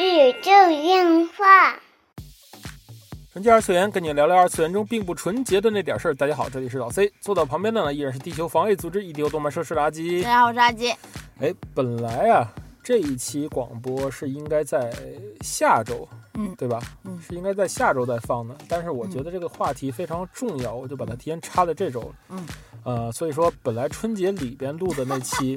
宇宙电话。纯洁二次元，跟你聊聊二次元中并不纯洁的那点事儿。大家好，这里是老 C，坐到旁边的呢依然是地球防卫组织 EDO 动漫社是垃大圾。家好，我是阿基。哎，本来啊，这一期广播是应该在下周，嗯对吧？嗯是应该在下周再放的。但是我觉得这个话题非常重要，我就把它提前插在这周了。嗯，呃，所以说本来春节里边录的那 期，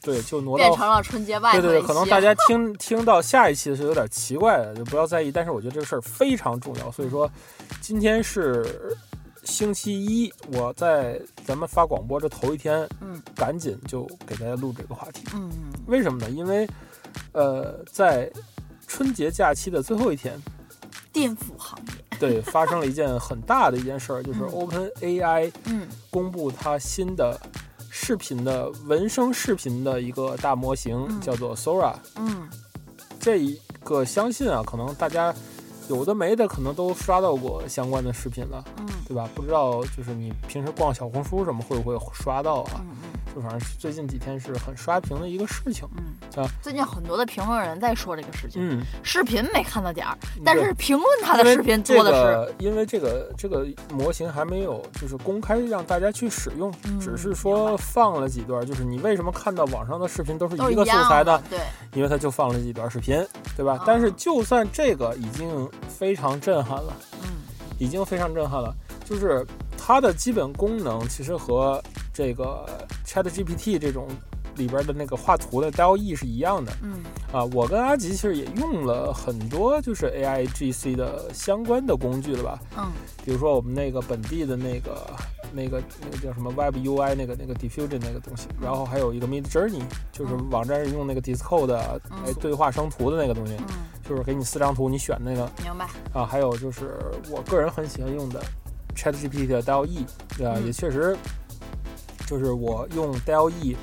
对，就挪变到成了春节外头对一期。对对，可能大家听 听到下一期的时候有点奇怪的，就不要在意。但是我觉得这个事儿非常重要，所以说今天是星期一，我在咱们发广播这头一天，嗯，赶紧就给大家录这个话题。嗯，为什么呢？因为呃，在春节假期的最后一天，颠覆行业。对，发生了一件很大的一件事儿，就是嗯 Open AI 嗯公布它新的视频的文声视频的一个大模型，嗯叫做 Sora。嗯这一个相信啊，可能大家有的没的，可能都刷到过相关的视频了，嗯对吧？不知道就是你平时逛小红书什么会不会刷到啊？嗯就反正最近几天是很刷屏的一个事情。嗯啊嗯。最近很多的评论人在说这个事情，嗯，视频没看到点儿，但对是评论他的视频多的是。嗯因为这个，因为这个这个模型还没有就是公开让大家去使用，嗯只是明说白放了几段。就是你为什么看到网上的视频都是都一是个素样材的呢？，对，因为它就放了几段视频，对吧？啊但是就算这个已经非常震撼了。嗯已经非常震撼了。就是它的基本功能其实和这个 Chat GPT 这种里边的那个画图的 DALL-E 是一样的嗯啊。我跟阿吉其实也用了很多就是 AI GC 的相关的工具了吧，嗯比如说我们那个本地的那个。那个那个叫什么 Web UI 那个那个 Diffusion 那个东西，然后还有一个 Mid Journey，就是嗯网站用那个 Discord 的嗯哎对话生图的那个东西，嗯，就是给你四张图，你选那个明白，啊，还有就是我个人很喜欢用的 ChatGPT 的 DALL-E，对吧、嗯也确实，就是我用 DALL-E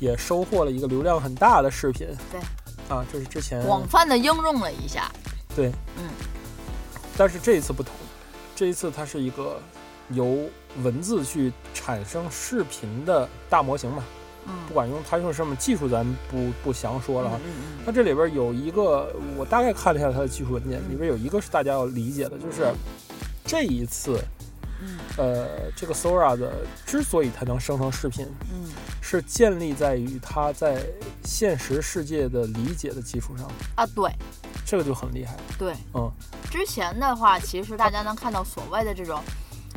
也收获了一个流量很大的视频。对。啊，这是之前，广泛的应用了一下，但是这一次不同，这一次它是一个由文字去产生视频的大模型嘛，嗯不，管用它用什么技术，咱不不详说了哈。嗯它这里边有一个，我大概看了一下它的技术文件，嗯里边有一个是大家要理解的，就是这一次嗯呃，这个 Sora 的之所以它能生成视频，嗯是建立在于它在现实世界的理解的基础上，啊，对这个就很厉害。对，嗯，之前的话，其实大家能看到所谓的这种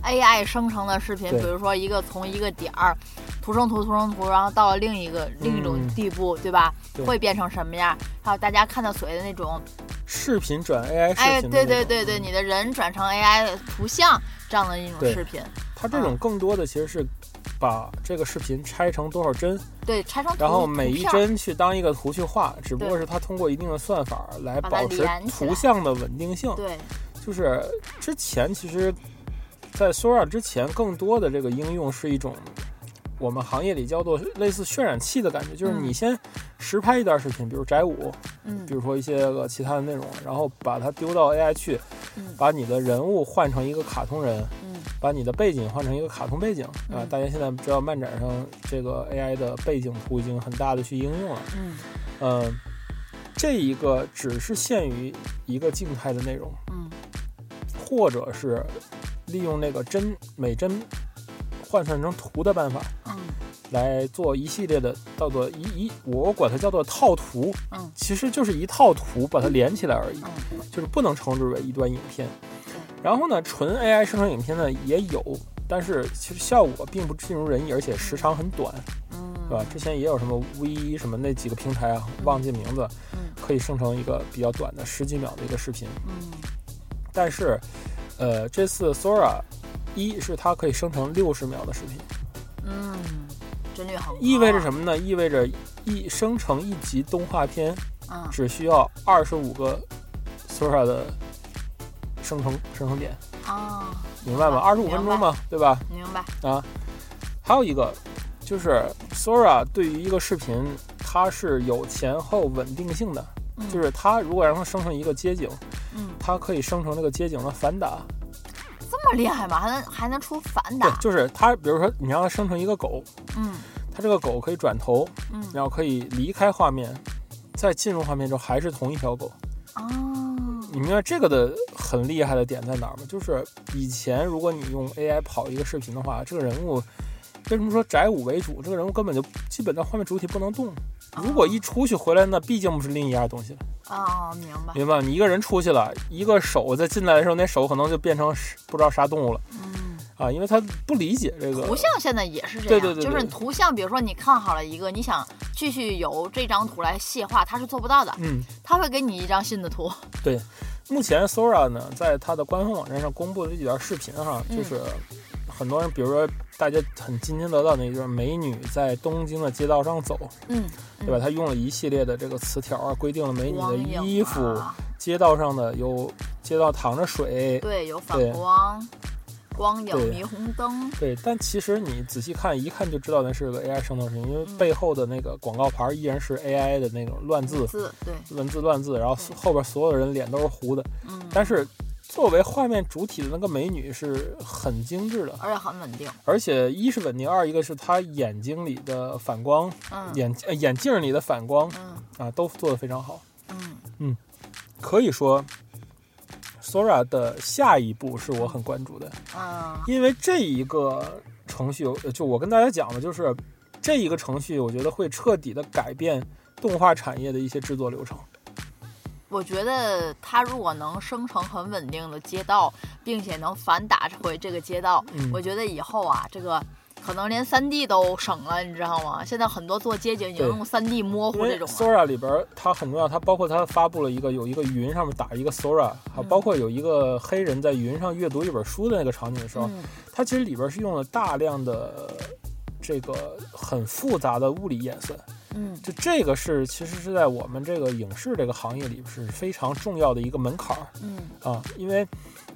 AI 生成的视频，对比如说一个从一个点儿图生图图生图，然后到了另一个另一种嗯地步，对吧？对会变成什么样？还有大家看到所谓的那种，视频转 AI 视哎，频，对对对对，，你的人转成 AI 图像这样的一种对视频，它这种更多的其实是把这个视频拆成多少帧，对，拆成图然后每一图片儿帧去当一个图去画，只不过是它通过一定的算法来把它保持连起来图像的稳定性。对，就是之前其实，在 Sora 之前，更多的这个应用是一种我们行业里叫做类似渲染器的感觉，就是嗯你先实拍一段视频，比如宅舞，嗯比如说一些个其他的内容，然后把它丢到 AI 去，嗯把你的人物换成一个卡通人，嗯把你的背景换成一个卡通背景啊、嗯大家现在知道漫展上这个 AI 的背景图已经很大的去应用了，嗯嗯、这一个只是限于一个静态的内容。嗯或者是利用那个帧每帧换算成图的办法嗯来做一系列的，叫做一一，我管它叫做套图，嗯其实就是一套图把它连起来而已，嗯，就是不能称之为一段影片。然后呢，纯 AI 生成影片呢也有，但是其实效果并不尽如人意，而且时长很短，嗯，对吧？之前也有什么 V 什么那几个平台啊，忘记名字，嗯可以生成一个比较短的十几秒的一个视频。嗯但是，呃，这次 Sora 一是它可以生成六十秒的视频，嗯，帧率很高，意味着什么呢？意味着一生成一集动画片嗯只需要二十五个 Sora 的生成生成点，啊，明白吗？二十五明白分钟嘛，对吧？明白，啊，还有一个就是 Sora 对于一个视频，它是有前后稳定性的，嗯就是它如果让它生成一个街景，嗯。它可以生成那个街景的反打，这么厉害吗？还能还能出反对打，？就是它，比如说你让它生成一个狗。嗯它这个狗可以转头，嗯然后可以离开画面，在进入画面中还是同一条狗。哦，你明白这个的很厉害的点在哪儿吗？就是以前如果你用 AI 跑一个视频的话，这个人物为什么说宅舞为主？这个人物根本就基本在画面主体不能哦动。如果一出去回来，那毕竟不是另一样东西了，哦，明白，明白吗？你一个人出去了，一个手再进来的时候，那手可能就变成是不知道啥动物了嗯。啊，因为他不理解这个图像现在也是这样，对对对对就是图像，比如说你看好了一个，你想继续由这张图来细化，它是做不到的，嗯，它会给你一张新的 图。目前 Sora 呢，在它的官方网站上公布的这几段视频哈，嗯就是很多人，比如说大家很津津乐道的一个，就是美女在东京的街道上走，嗯，对吧？她用了一系列的这个词条啊，规定了美女光影的衣服，啊街道上的有街道淌着水，对，有反对光，光影、对霓虹灯，对。但其实你仔细看，一看就知道那是个 AI 生成视频，因为嗯背后的那个广告牌依然是 AI 的那种乱字、字，对，文字乱字，然后对后边所有人脸都是糊的。嗯，但是作为画面主体的那个美女是很精致的，而且很稳定，而且一是稳定，二一个是她眼睛里的反光，嗯，眼呃眼镜里的反光嗯啊，都做得非常好。嗯，可以说，Sora 的下一步是我很关注的，嗯，因为这一个程序，呃就我跟大家讲的，就是这一个程序，我觉得会彻底的改变动画产业的一些制作流程。我觉得它如果能生成很稳定的街道，并且能反打回这个街道，嗯我觉得以后啊，这个可能连3 D 都省了，你知道吗？现在很多做街景已经对用3 D 模因糊这为种啊了。 Sora 里边儿它很重要，它包括它发布了一个有一个云上面打一个 Sora，还嗯包括有一个黑人在云上阅读一本书的那个场景的时候，嗯它其实里边儿是用了大量的这个很复杂的物理演算。嗯就这个是其实是在我们这个影视这个行业里是非常重要的一个门槛儿嗯啊，因为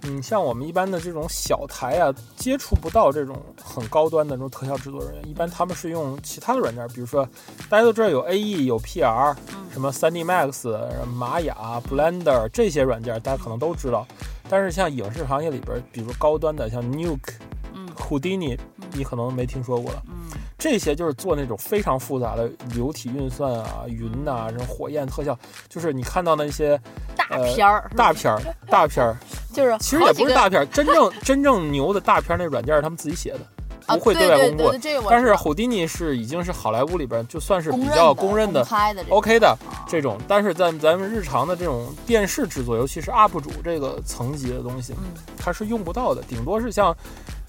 嗯，像我们一般的这种小台啊，接触不到这种很高端的这种特效制作人员，一般他们是用其他的软件儿，比如说大家都知道有 AE、有 PR、嗯什么 3D Max、玛雅、Blender 这些软件儿，大家可能都知道。但是像影视行业里边儿，比如高端的像 Nuke、嗯 Houdini，你可能没听说过了。嗯这些就是做那种非常复杂的流体运算啊、云呐、什么火焰特效，就是你看到那些大呃片儿、大片儿、大片儿，就是其实好也几不是个大片儿，真正真正牛的大片儿那软件是他们自己写的，不会啊、对外对公对布的。对这我但是虎迪尼是已经是好莱坞里边就算是比公较认公认的公开的这种啊 OK 的这种，但是在咱们日常的这种电视制作，尤其是 UP 主这个层级的东西，嗯它是用不到的，顶多是像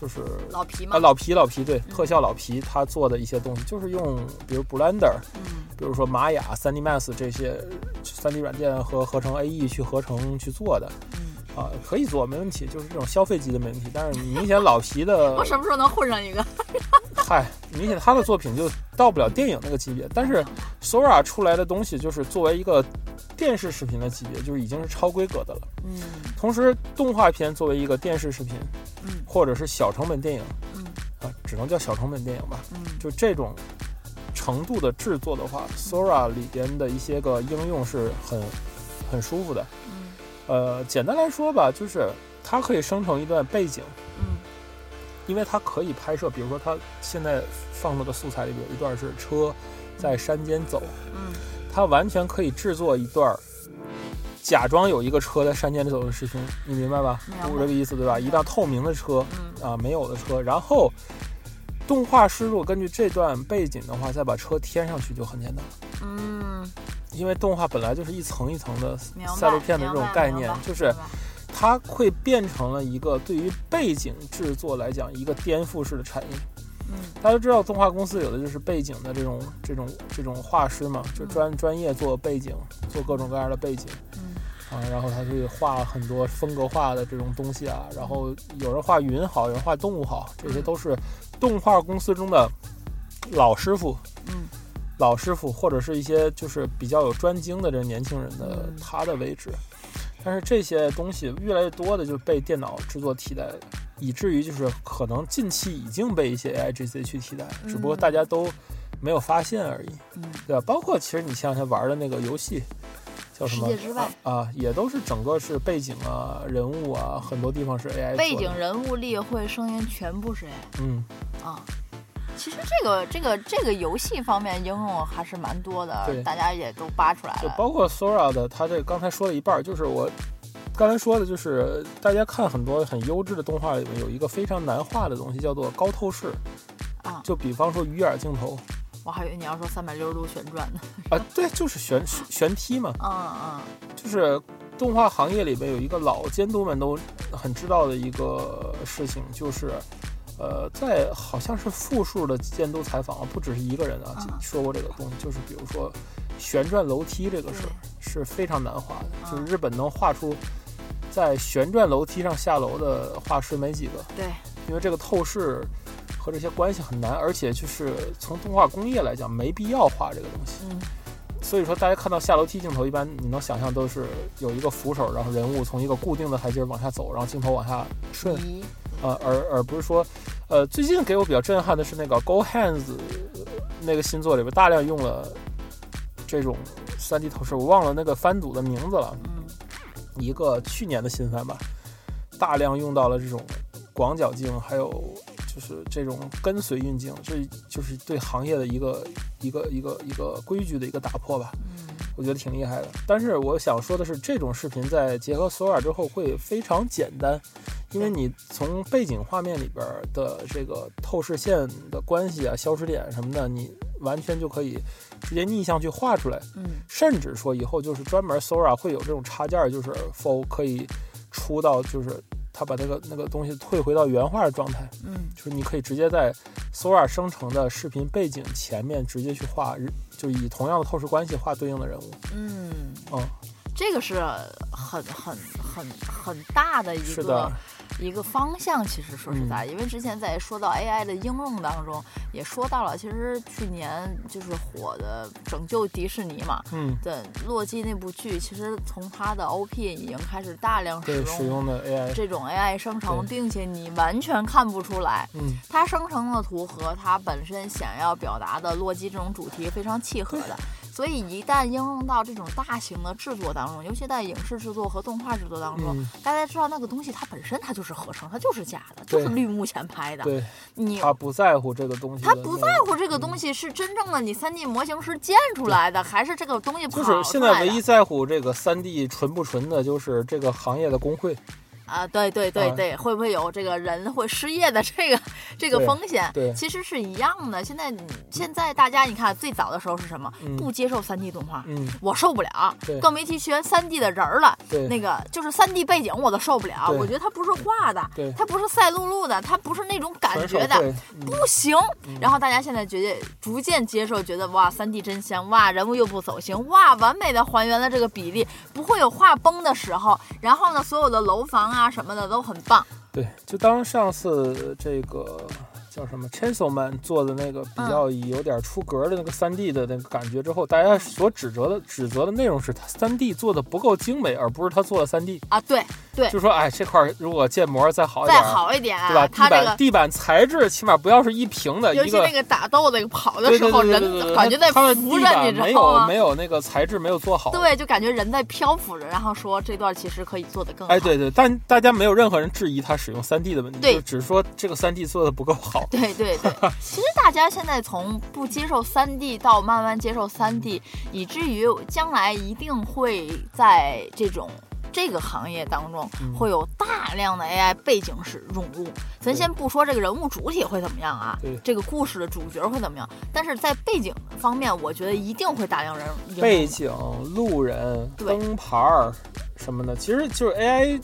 就是老皮嘛啊，老皮老皮对嗯特效老皮他做的一些东西，就是用比如 Blender，嗯比如说玛雅、3D Max 这些 3D 软件和合成 AE 去合成去做的嗯，啊，可以做没问题，就是这种消费级的没问题。但是你明显老皮的 我，什么时候能混上一个？嗨，明显他的作品就到不了电影那个级别。但是 Sora 出来的东西，就是作为一个电视视频的级别，就是已经是超规格的了。嗯同时，动画片作为一个电视视频，嗯或者是小成本电影，嗯啊，只能叫小成本电影吧。嗯就这种程度的制作的话，Sora 里边的一些个应用是很很舒服的。嗯呃，简单来说吧，就是它可以生成一段背景，嗯因为它可以拍摄，比如说它现在放入的素材里边有一段是车在山间走，嗯它完全可以制作一段。假装有一个车在山间走的视频，你明白吧？明白我这个意思对吧？明白一辆透明的车，嗯啊没有的车，然后动画师如果根据这段背景的话，再把车添上去就很简单了。嗯，因为动画本来就是一层一层的明白赛璐片的这种概念明白，就是明白它会变成了一个对于背景制作来讲一个颠覆式的产业。嗯大家都知道动画公司有的就是背景的这种这种这种画师嘛，就专专业做背景，做各种各样的背景。嗯啊，然后他去画很多风格化的这种东西啊，然后有人画云好，有人画动物好，这些都是动画公司中的老师傅、嗯老师傅或者是一些就是比较有专精的这年轻人的嗯他的为止。但是这些东西越来越多的就被电脑制作替代了，以至于就是可能近期已经被一些 AI GC 去替代了，只不过大家都没有发现而已。嗯，对吧？包括其实你前两天玩的那个游戏，叫什么？世界之外啊，也都是整个是背景啊、人物啊，很多地方是 AI 做的背景、人物、例会、声音全部是 AI 嗯，啊。其实这个这个这个游戏方面应用还是蛮多的对，大家也都扒出来就了。包括 Sora 的，他这刚才说了一半儿，就是我刚才说的，就是大家看很多很优质的动画里面有一个非常难画的东西，叫做高透视啊就比方说鱼眼镜头我还以为你要说三百六十度旋转呢。啊，对，就是悬悬梯嘛，嗯就是动画行业里边有一个老监督们都很知道的一个事情，就是。呃，在好像是复数的监督采访，不只是一个人啊，嗯说过这个东西，就是比如说旋转楼梯这个事儿是非常难画的，就是嗯日本能画出在旋转楼梯上下楼的画师没几个，嗯，对，因为这个透视和这些关系很难，而且就是从动画工业来讲，没必要画这个东西。嗯所以说，大家看到下楼梯镜头，一般你能想象都是有一个扶手，然后人物从一个固定的台阶往下走，然后镜头往下顺，咦，呃，而而不是说，呃，最近给我比较震撼的是那个《Go Hands》那个新作里边大量用了这种 3D 透视，我忘了那个番组的名字了，嗯一个去年的新番吧，大量用到了这种广角镜，还有就是这种跟随运镜，这就是对行业的一个一个一个一个规矩的一个打破吧。嗯，我觉得挺厉害的。但是我想说的是，这种视频在结合索尔之后会非常简单，因为你从背景画面里边的这个透视线的关系啊、消失点什么的，你完全就可以直接逆向去画出来。嗯甚至说以后就是专门 Sora 会有这种插件儿，就是 For 可以出到就是。它把那个那个东西退回到原画的状态，嗯就是你可以直接在 Sora 生成的视频背景前面直接去画，就以同样的透视关系画对应的人物。嗯，嗯，这个是很很很很大的一是个的，嗯一个方向。其实说实在，因为之前在说到 AI 的应用当中，也说到了，其实去年就是火的《拯救迪士尼》嘛。嗯，对，洛基那部剧其实从它的 OP 已经开始大量使对，使用用的 AI，这种 AI 生成，对并且你完全看不出来，嗯，它生成的图和它本身想要表达的洛基这种主题非常契合的。所以一旦应用到这种大型的制作当中，尤其在影视制作和动画制作当中，嗯大家知道那个东西它本身它就是合成，它就是假的，就是对绿幕前拍的。对你他不在乎这个东西的他那个，不在乎这个东西是真正的你3 D 模型师建出来的，还是这个东西跑就出来是的。现在唯一在乎这个三 D 纯不纯的，就是这个行业的工会。啊，对对对啊对，会不会有这个人会失业的这个这个对风险？对其实是一样的。现在你现在大家你看，最早的时候是什么？嗯不接受3 D 动画，嗯，我受不了对，更别提学3 D 的人儿了。对，那个就是3 D 背景我都受不了，对我觉得它不是画的对，它不是赛璐璐的，它不是那种感纯手觉的，绘，嗯不行。然后大家现在觉得逐渐接受，觉得哇，三 D 真香，哇，人物又不走形，哇，完美的还原了这个比例，不会有画崩的时候。然后呢，所有的楼房啊什么的都很棒。对，就当上次这个。叫什么 Chainsaw 做的那个嗯比较有点出格的那个三 D 的那个感觉之后，大家所指责的指责的内容是他三 D 做的不够精美，而不是他做的三 D。啊，对，对就说哎，这块儿如果建模再好一再点儿，好一点对吧？啊，地它这板个，地板材质起码不要是一平的，尤一其那个打斗那个跑的时候，对对对人对对对感觉在他们浮地着，板你没知道有吗没？有那个材质没有做好。，对，就感觉人在漂浮着，然后说这段其实可以做得更好。哎对对，但大家没有任何人质疑他使用三 D 的问题，对就只是说这个三 D 做的不够好。对对 对，其实大家现在从不接受三 D 到慢慢接受三 D，以至于将来一定会在这种。这个行业当中嗯会有大量的 AI 背景是涌入，咱对先不说这个人物主体会怎么样啊对，这个故事的主角会怎么样，但是在背景方面，我觉得一定会大量人涌入背景、路人、对灯牌儿什么的，其实就是 AI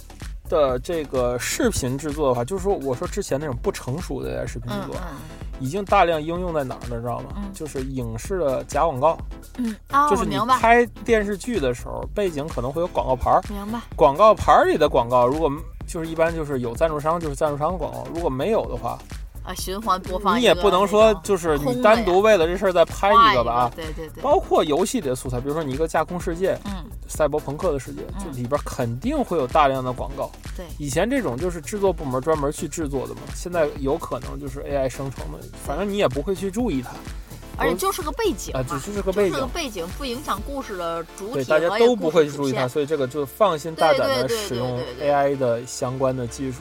的这个视频制作的话，就是说我说之前那种不成熟的 AI 视频制嗯作，嗯已经大量应用在哪儿呢？知道吗？嗯就是影视的假广告，嗯啊，就我是你明白拍电视剧的时候，背景可能会有广告牌儿。明白，广告牌儿里的广告，如果就是一般就是有赞助商，就是赞助商的广告；如果没有的话，啊，循环播放你一也个不能那说种就是空你的单呀独为了这事儿再拍画一个吧啊。对对对，包括游戏里的素材，比如说你一个架空世界、嗯赛博朋克的世界，嗯就里边肯定会有大量的广告。对。以前这种就是制作部门专门去制作的嘛，现在有可能就是 AI 生成的，反正你也不会去注意它而且就是个背景啊，嘛只是个背就景是个，背景，不影响故事的主对体大家和都故不事会去主注意它，线所以这个就放心大胆对对的对对使用对对 AI 的相关的技术。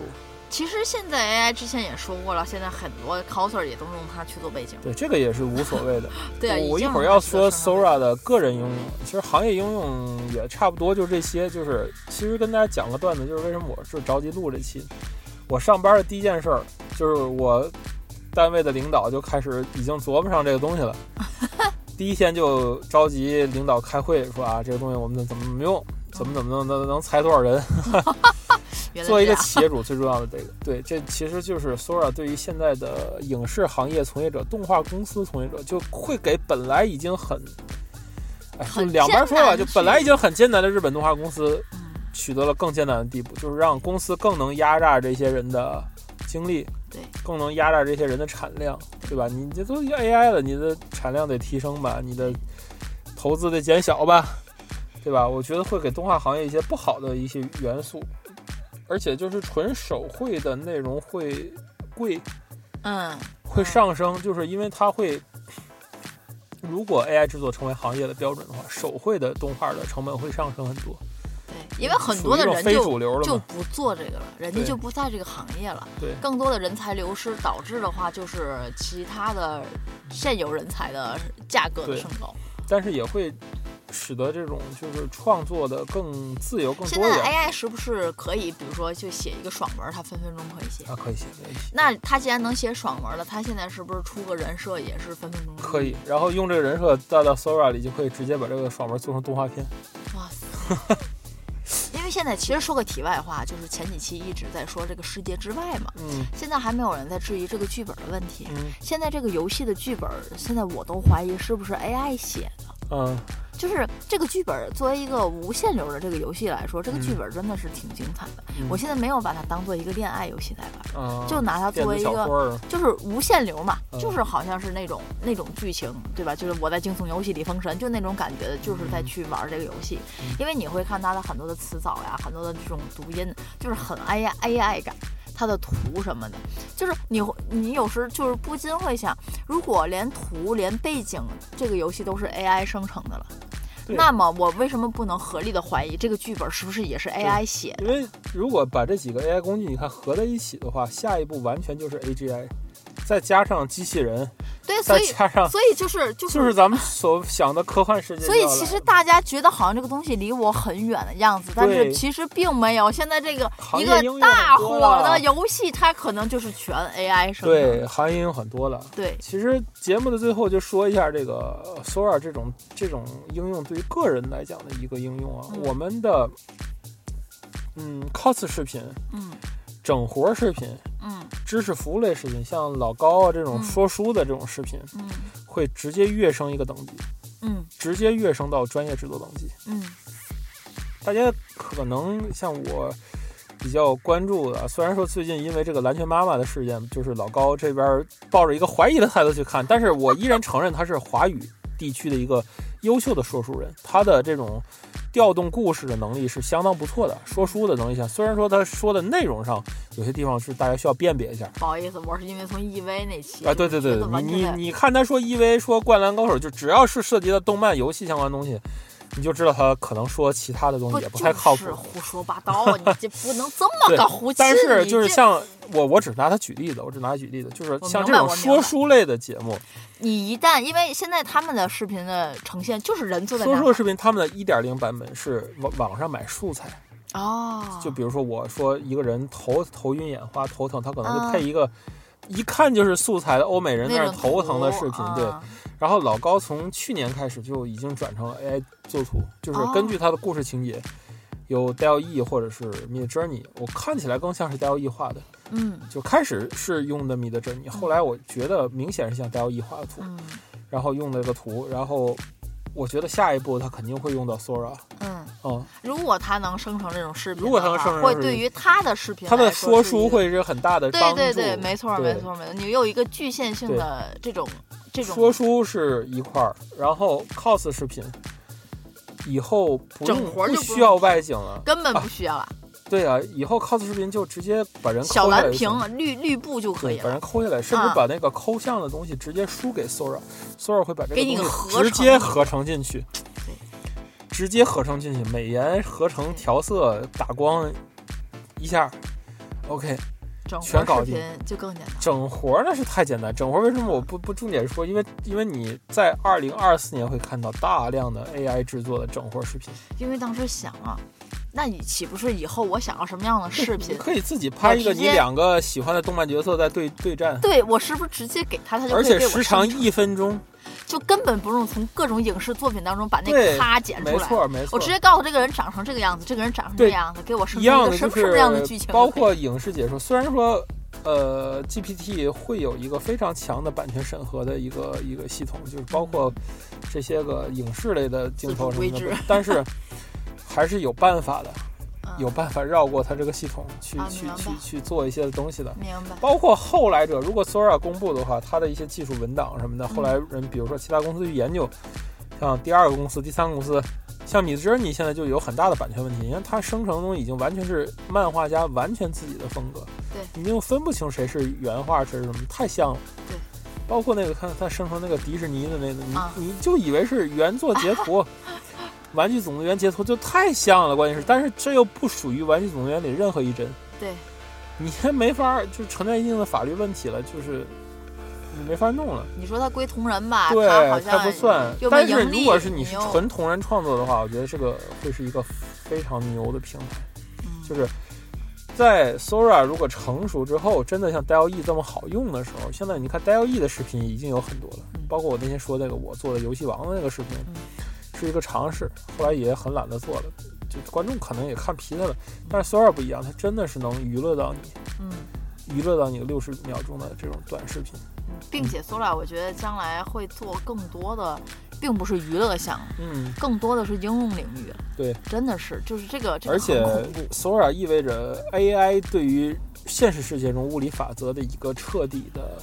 其实现在 AI 之前也说过了，现在很多 coser 也都用它去做背景。对，这个也是无所谓的。对啊，我我已一经会儿有要它去做说生成背景 Sora 的个人应用，其实行业应用也差不多，就这些。就是其实跟大家讲个段子，就是为什么我是着急录这期。我上班的第一件事儿就是我单位的领导就开始已经琢磨上这个东西 了。第一天就着急领导开会说啊，这个东西我们怎么怎么用，怎么怎么能能能裁多少人，原来做一这个样企业主最重要的这个，对，这其实就是 Sora 对于现在的影视行业从业者、动画公司从业者，就会给本来已经很，哎，就很两边说吧，艰难就去本来已经很艰难的日本动画公司，嗯取得了更艰难的地步，就是让公司更能压榨这些人的精力，对，更能压榨这些人的产量，对吧？你这都 AI 了，你的产量得提升吧，你的投资得减小吧，对吧？我觉得会给动画行业一些不好的一些元素，而且就是纯手绘的内容会贵，嗯，会嗯上升，就是因为它会。如果 AI 制作成为行业的标准的话，手绘的动画的成本会上升很多，对，因为很多的属于一种人非就主流了嘛。就不做这个了，人家对就不在这个行业了，对更多的人才流失导致的话，就是其他的现有人才的价格的对升高。但是也会使得这种就是创作的更自由、更现多在元哎的 AI 是不是可以，比如说就写一个爽文，它分分钟可以写。啊，可以写没问题，那他既然能写爽文了，他现在是不是出个人设也是分分钟可？以。然后用这个人设带到 Sora 里，就可以直接把这个爽文做成动画片。哇塞！ 因为现在其实说个题外话，就是前几期一直在说这个世界之外嘛，嗯现在还没有人在质疑这个剧本的问题。嗯现在这个游戏的剧本，现在我都怀疑是不是 AI 写的。嗯，就是这个剧本作为一个无限流的这个游戏来说，这个剧本真的是挺精彩的。嗯我现在没有把它当做一个恋爱游戏来玩，啊就拿它电作为子一小个说儿，就是无限流嘛，嗯就是好像是那种那种剧情，对吧？就是我在惊悚游戏里封神，就那种感觉的，就是在去玩这个游戏，嗯因为你会看它的很多的词藻呀，很多的这种读音，就是很 AI AI 感。它的图什么的，就是你会你有时就是不禁会想，如果连图连背景这个游戏都是 AI 生成的了，对那么我为什么不能合理的怀疑这个剧本是不是也是 AI 写的？因为如果把这几个 AI 工具你看合在一起的话，下一步完全就是 AGI，再加上机器嗯人，对，所再以加上所以就是就是就是咱们所想的科幻世界就所要来以了。其实大家觉得好像这个东西离我很远的样子，但是对其实并没有。现在这个行一业个应用大很多火的了游戏，它可能就是全 AI 生成的。对行业应用很多了。对其实节目的最后就说一下这个 Sora 这种这种应用对于个人来讲的一个应用啊，嗯我们的嗯 cos 视频、嗯整活视频、嗯知识服务类视频，像老高啊这种嗯说书的这种视频，嗯会直接跃升一个等级，嗯直接跃升到专业制作等级。嗯大家可能像我比较关注的，虽然说最近因为这个蓝拳妈妈的事件，就是老高这边抱着一个怀疑的态度去看，但是我依然承认他是华语地区的一个优秀的说书人，他的这种调动故事的能力是相当不错的，说书的能力上，虽然说他说的内容上有些地方是大家需要辨别一下。不好意思，我是因为从 EV 那期啊，对对对觉得，完你你全你看他说 EVA 说灌篮高手，就只要是涉及到动漫、游戏相关的东西，你就知道他可能说其他的东西也不太靠谱就是。胡说八道，你这不能这么对个胡气。但是就是你这像我，我只拿它举例子，我只拿它举例子，就是我像明这白种我明说白书类的节目，你一旦因为现在他们的视频的呈现就是人坐在那说书的儿视频，他们的一点零版本是网网上买素材，哦，就比如说我说一个人头头晕眼花头疼，他可能啊就配一个。一看就是素材的欧美人在那那种头疼的视频，图对。啊然后老高从去年开始就已经转成了 AI 作图，就是哦根据他的故事情节，有 DLE 或者是 Mid Journey，我看起来更像是 DLE 画的，嗯就开始是用的 Mid Journey，后来我觉得明显是像 DLE 画的图，嗯然后用了个图，然后我觉得下一步它肯定会用到 Sora，嗯。嗯，如果他能生成这种视频如的话，果他能生成会视频对于他的视频，它的说书。会是很大的帮对助。对对，没错对没。错没错，你有一个局限性的这种这种说书是一块儿，然后 cos 视频，以后不用整活儿就不需要用外景了。根本不需要了，对啊，以后 cos 视频就直接把人抠小下来蓝就屏行绿绿布就可对以，嗯把了。人抠下来，甚至啊把那个抠像的东西直接输给 Sora，Sora 会把这给你个合东成西直接合成进去，直接合成进去，美颜、合成、调色、打光一下，OK，整全搞活视定频就更简单。整活儿那是太简单，整活儿为什么我不不重点说？因为因为你在二零二四年会看到大量的 AI 制作的整活儿视频，因为当时想啊，那你岂不是以后我想要什么样的视你频？可以自己拍一个我直你接两个喜欢的动漫角色在对对战，对我是不是直接给他，他就可而以给且我时长生成一分钟，就根本不用从各种影视作品当中把那对个咔剪出没来，错没错，我直接告诉这个人长成这个样子，这个人长成这对个样子，给我生一成样一的个什就么什么样的剧是情就可以，包括影视解说，虽然说。呃，GPT 会有一个非常强的版权审核的一个一个系统，就是包括这些个影视类的镜头什么自主的规制，但是还是有办法的，嗯有办法绕过它这个系统去、啊去明白去去做一些东西的。明白。包括后来者，如果 Sora 公布的话，它的一些技术文档什么嗯的，后来人比如说其他公司去研究，像第二个公司、第三个公司，像米 e 你现在就有很大的版权问题，因为它生成的东西已经完全是漫画家完全自己的风格，对，你就分不清谁是原画，谁是什么，太像了，对。包括那个看他生成那个迪士尼的那个，你、啊你就以为是原作截 图，玩具总动员》截图就太像了，关键是，但是这又不属于《玩具总动员》里任何一帧。对，你还没法儿就存在一定的法律问题了，就是你没法弄了。你说他归同人吧，对啊他好，像它不算又。没但是盈利如果是你是又纯同人创作的话，我觉得这个会是一个非常牛的平台。嗯就是在 Sora 如果成熟之后，真的像 DLE 这么好用的时候，现在你看 DLE 的视频已经有很多了嗯，包括我那天说那个我做的游戏王的那个视频嗯，是一个尝试，后来也很懒得做了。就观众可能也看疲他了，但是 Sora 不一样，它真的是能娱乐到你，嗯，娱乐到你六十秒钟的这种短视频。嗯并且 Sola 我觉得将来会做更多的，并不是娱乐项目，嗯，更多的是应用领域。对，真的是，就是这个，这个而且很恐怖。 Sora 意味着 AI 对于现实世界中物理法则的一个彻底的，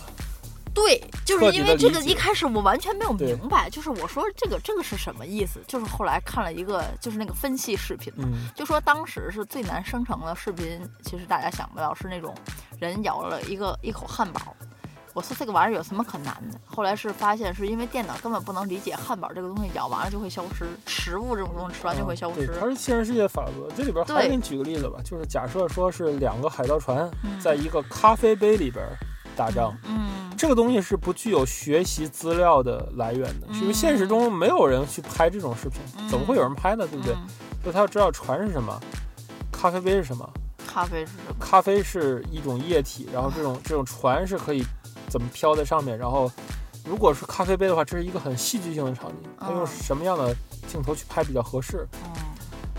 对，就彻是底因地为这理个解一开始我完全没有对明白，就是我说这个这个是什么意思，就是后来看了一个就是那个分析视频嘛，嗯就说当时是最难生成的视频，其实大家想不到是那种人咬了一个一口汉堡。我说这个玩意儿有什么可难的？后来是发现是因为电脑根本不能理解汉堡这个东西咬完了就会消失，食物这种东西吃完就会消嗯啊对失。它是现实世界法则。这里边对还给你举个例子吧，就是假设说是两个海盗船嗯在一个咖啡杯里边打仗。嗯，这个东西是不具有学习资料的来源的，是因为现实中没有人去拍这种视频，嗯怎么会有人拍呢？对不对？嗯所以他要知道船是什么，咖啡杯是什么，咖啡是什么？咖啡是一种液体，然后这种这种船是可以怎么飘在上面，然后如果是咖啡杯的话，这是一个很戏剧性的场景，它用嗯什么样的镜头去拍比较合适？嗯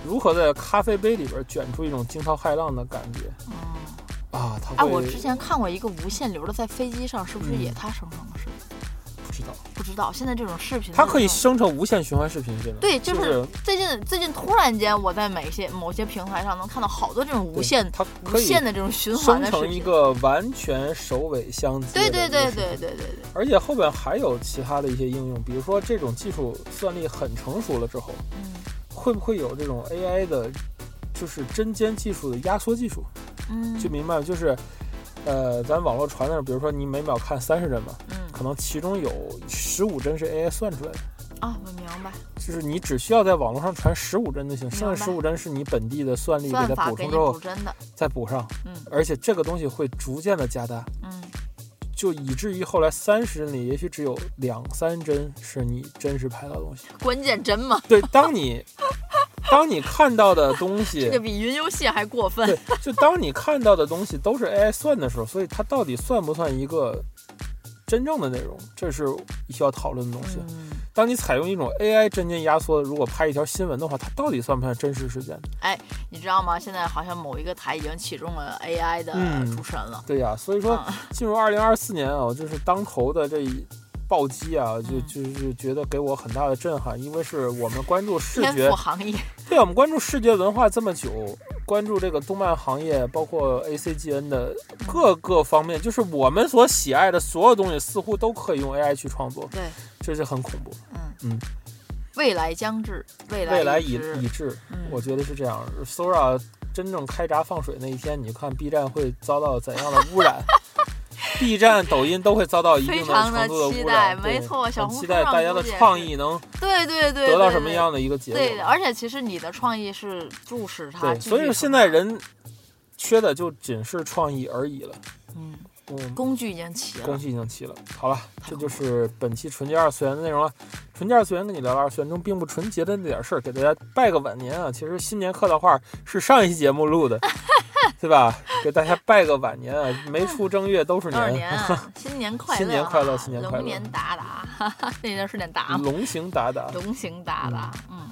如何在咖啡杯里边卷出一种惊涛骇浪的感觉嗯。啊？它哎、会我之前看过一个无限流的，在飞机上是不是也嗯他生成的视频？不知道，不知道，现在这种视频它可以这种生成无限循环视频，真的对，就是是最近最近突然间，我在每些某些平台上能看到好多这种对无限它无可以限的这种循环生的视成一频。个完全首尾相接的一对个对视频。对对对对对，而且后边还有其他的一些应用，比如说这种技术算力很成熟了之后，嗯会不会有这种 AI 的，就是针尖技术的压缩技术？嗯，就明白了，就是，呃，咱网络传的，比如说你每秒看三十帧嘛，嗯可能其中有十五帧是 AI 算出来的，啊，我明白，就是你只需要在网络上传十五帧就行，白剩下十五帧是你本地的算力算给它法补给充你之补后真的，再补上，嗯而且这个东西会逐渐的加大，嗯就以至于后来三十帧里也许只有两三帧是你真实拍到的东西。关键帧嘛，对，当你当你看到的东西这个，比云游戏还过分。对，就当你看到的东西都是 AI 算的时候，所以它到底算不算一个真正的内容，这是需要讨论的东西。嗯，当你采用一种 AI 针尖压缩，如果拍一条新闻的话，它到底算不算真实事件？哎你知道吗？现在好像某一个台已经启动了 AI 的嗯主持人了。对呀、所以说嗯进入二零二四年啊，就是当头的这一。暴击啊，就嗯就是觉得给我很大的震撼，因为是我们关注视天觉赋，行业，对，我们关注视觉文化这么久，关注这个动漫行业，包括 A C G N 的各个方面，就是我们所喜爱的所有东西，似乎都可以用 AI 去创作，对，这是很恐怖。嗯嗯，未来将至，未来未来已已知已至，嗯我觉得是这样。Sora 真正开闸放水那一天，你看 B 站会遭到怎样的污染 ？B 站、抖音都会遭到一定非常地程度期污待染，对没错小很红期书待上大家的估计也创是意能对对对，得到对什么对样的一个结果。对的，而且其实你的创意是注视它，对，继续所以说成现在长人缺的就仅是创意而已了。嗯，嗯，工具已经齐工了，具已经齐了。好了，这就是本期纯洁二次元的内容了。纯洁二次元跟你聊聊二次元中并不纯洁的那点事儿，给大家拜个晚年啊。其实新年客套话是上一期节目录 的，对吧？给大家拜个晚年啊，没出正月都是多少年。年 啊？新年快乐啊，新年快乐新年快乐啊啊 龙年达达，哈哈，那段是念达吗？龙行达达，龙行达达，嗯，